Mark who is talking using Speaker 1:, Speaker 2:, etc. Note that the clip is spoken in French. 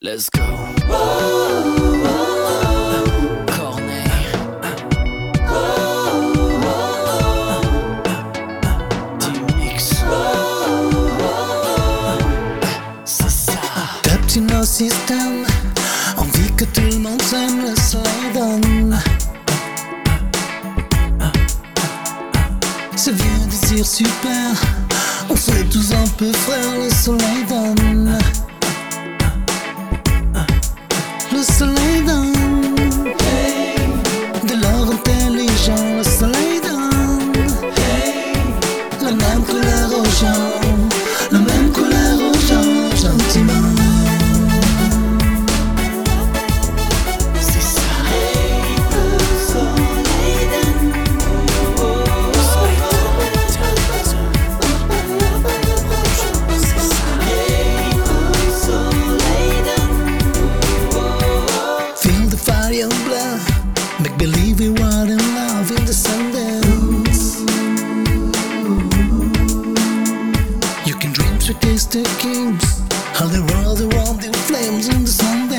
Speaker 1: Let's go. Corneille. T-Mix. C'est ça.
Speaker 2: T'as petit nos systèmes, envie que tout le monde s'aime le slogan. Ce vieux désir super, on serait tous un peu frères, le soleil donne. Le soleil donne. De l'or intelligent, le soleil donne. La même couleur aux gens, la même couleur aux gens, gentiment.
Speaker 1: C'est ça.
Speaker 2: Feel the fire and blood, make believe we are in love in the sundance. You can dream to taste the kings, how they roll around in flames in the sundance.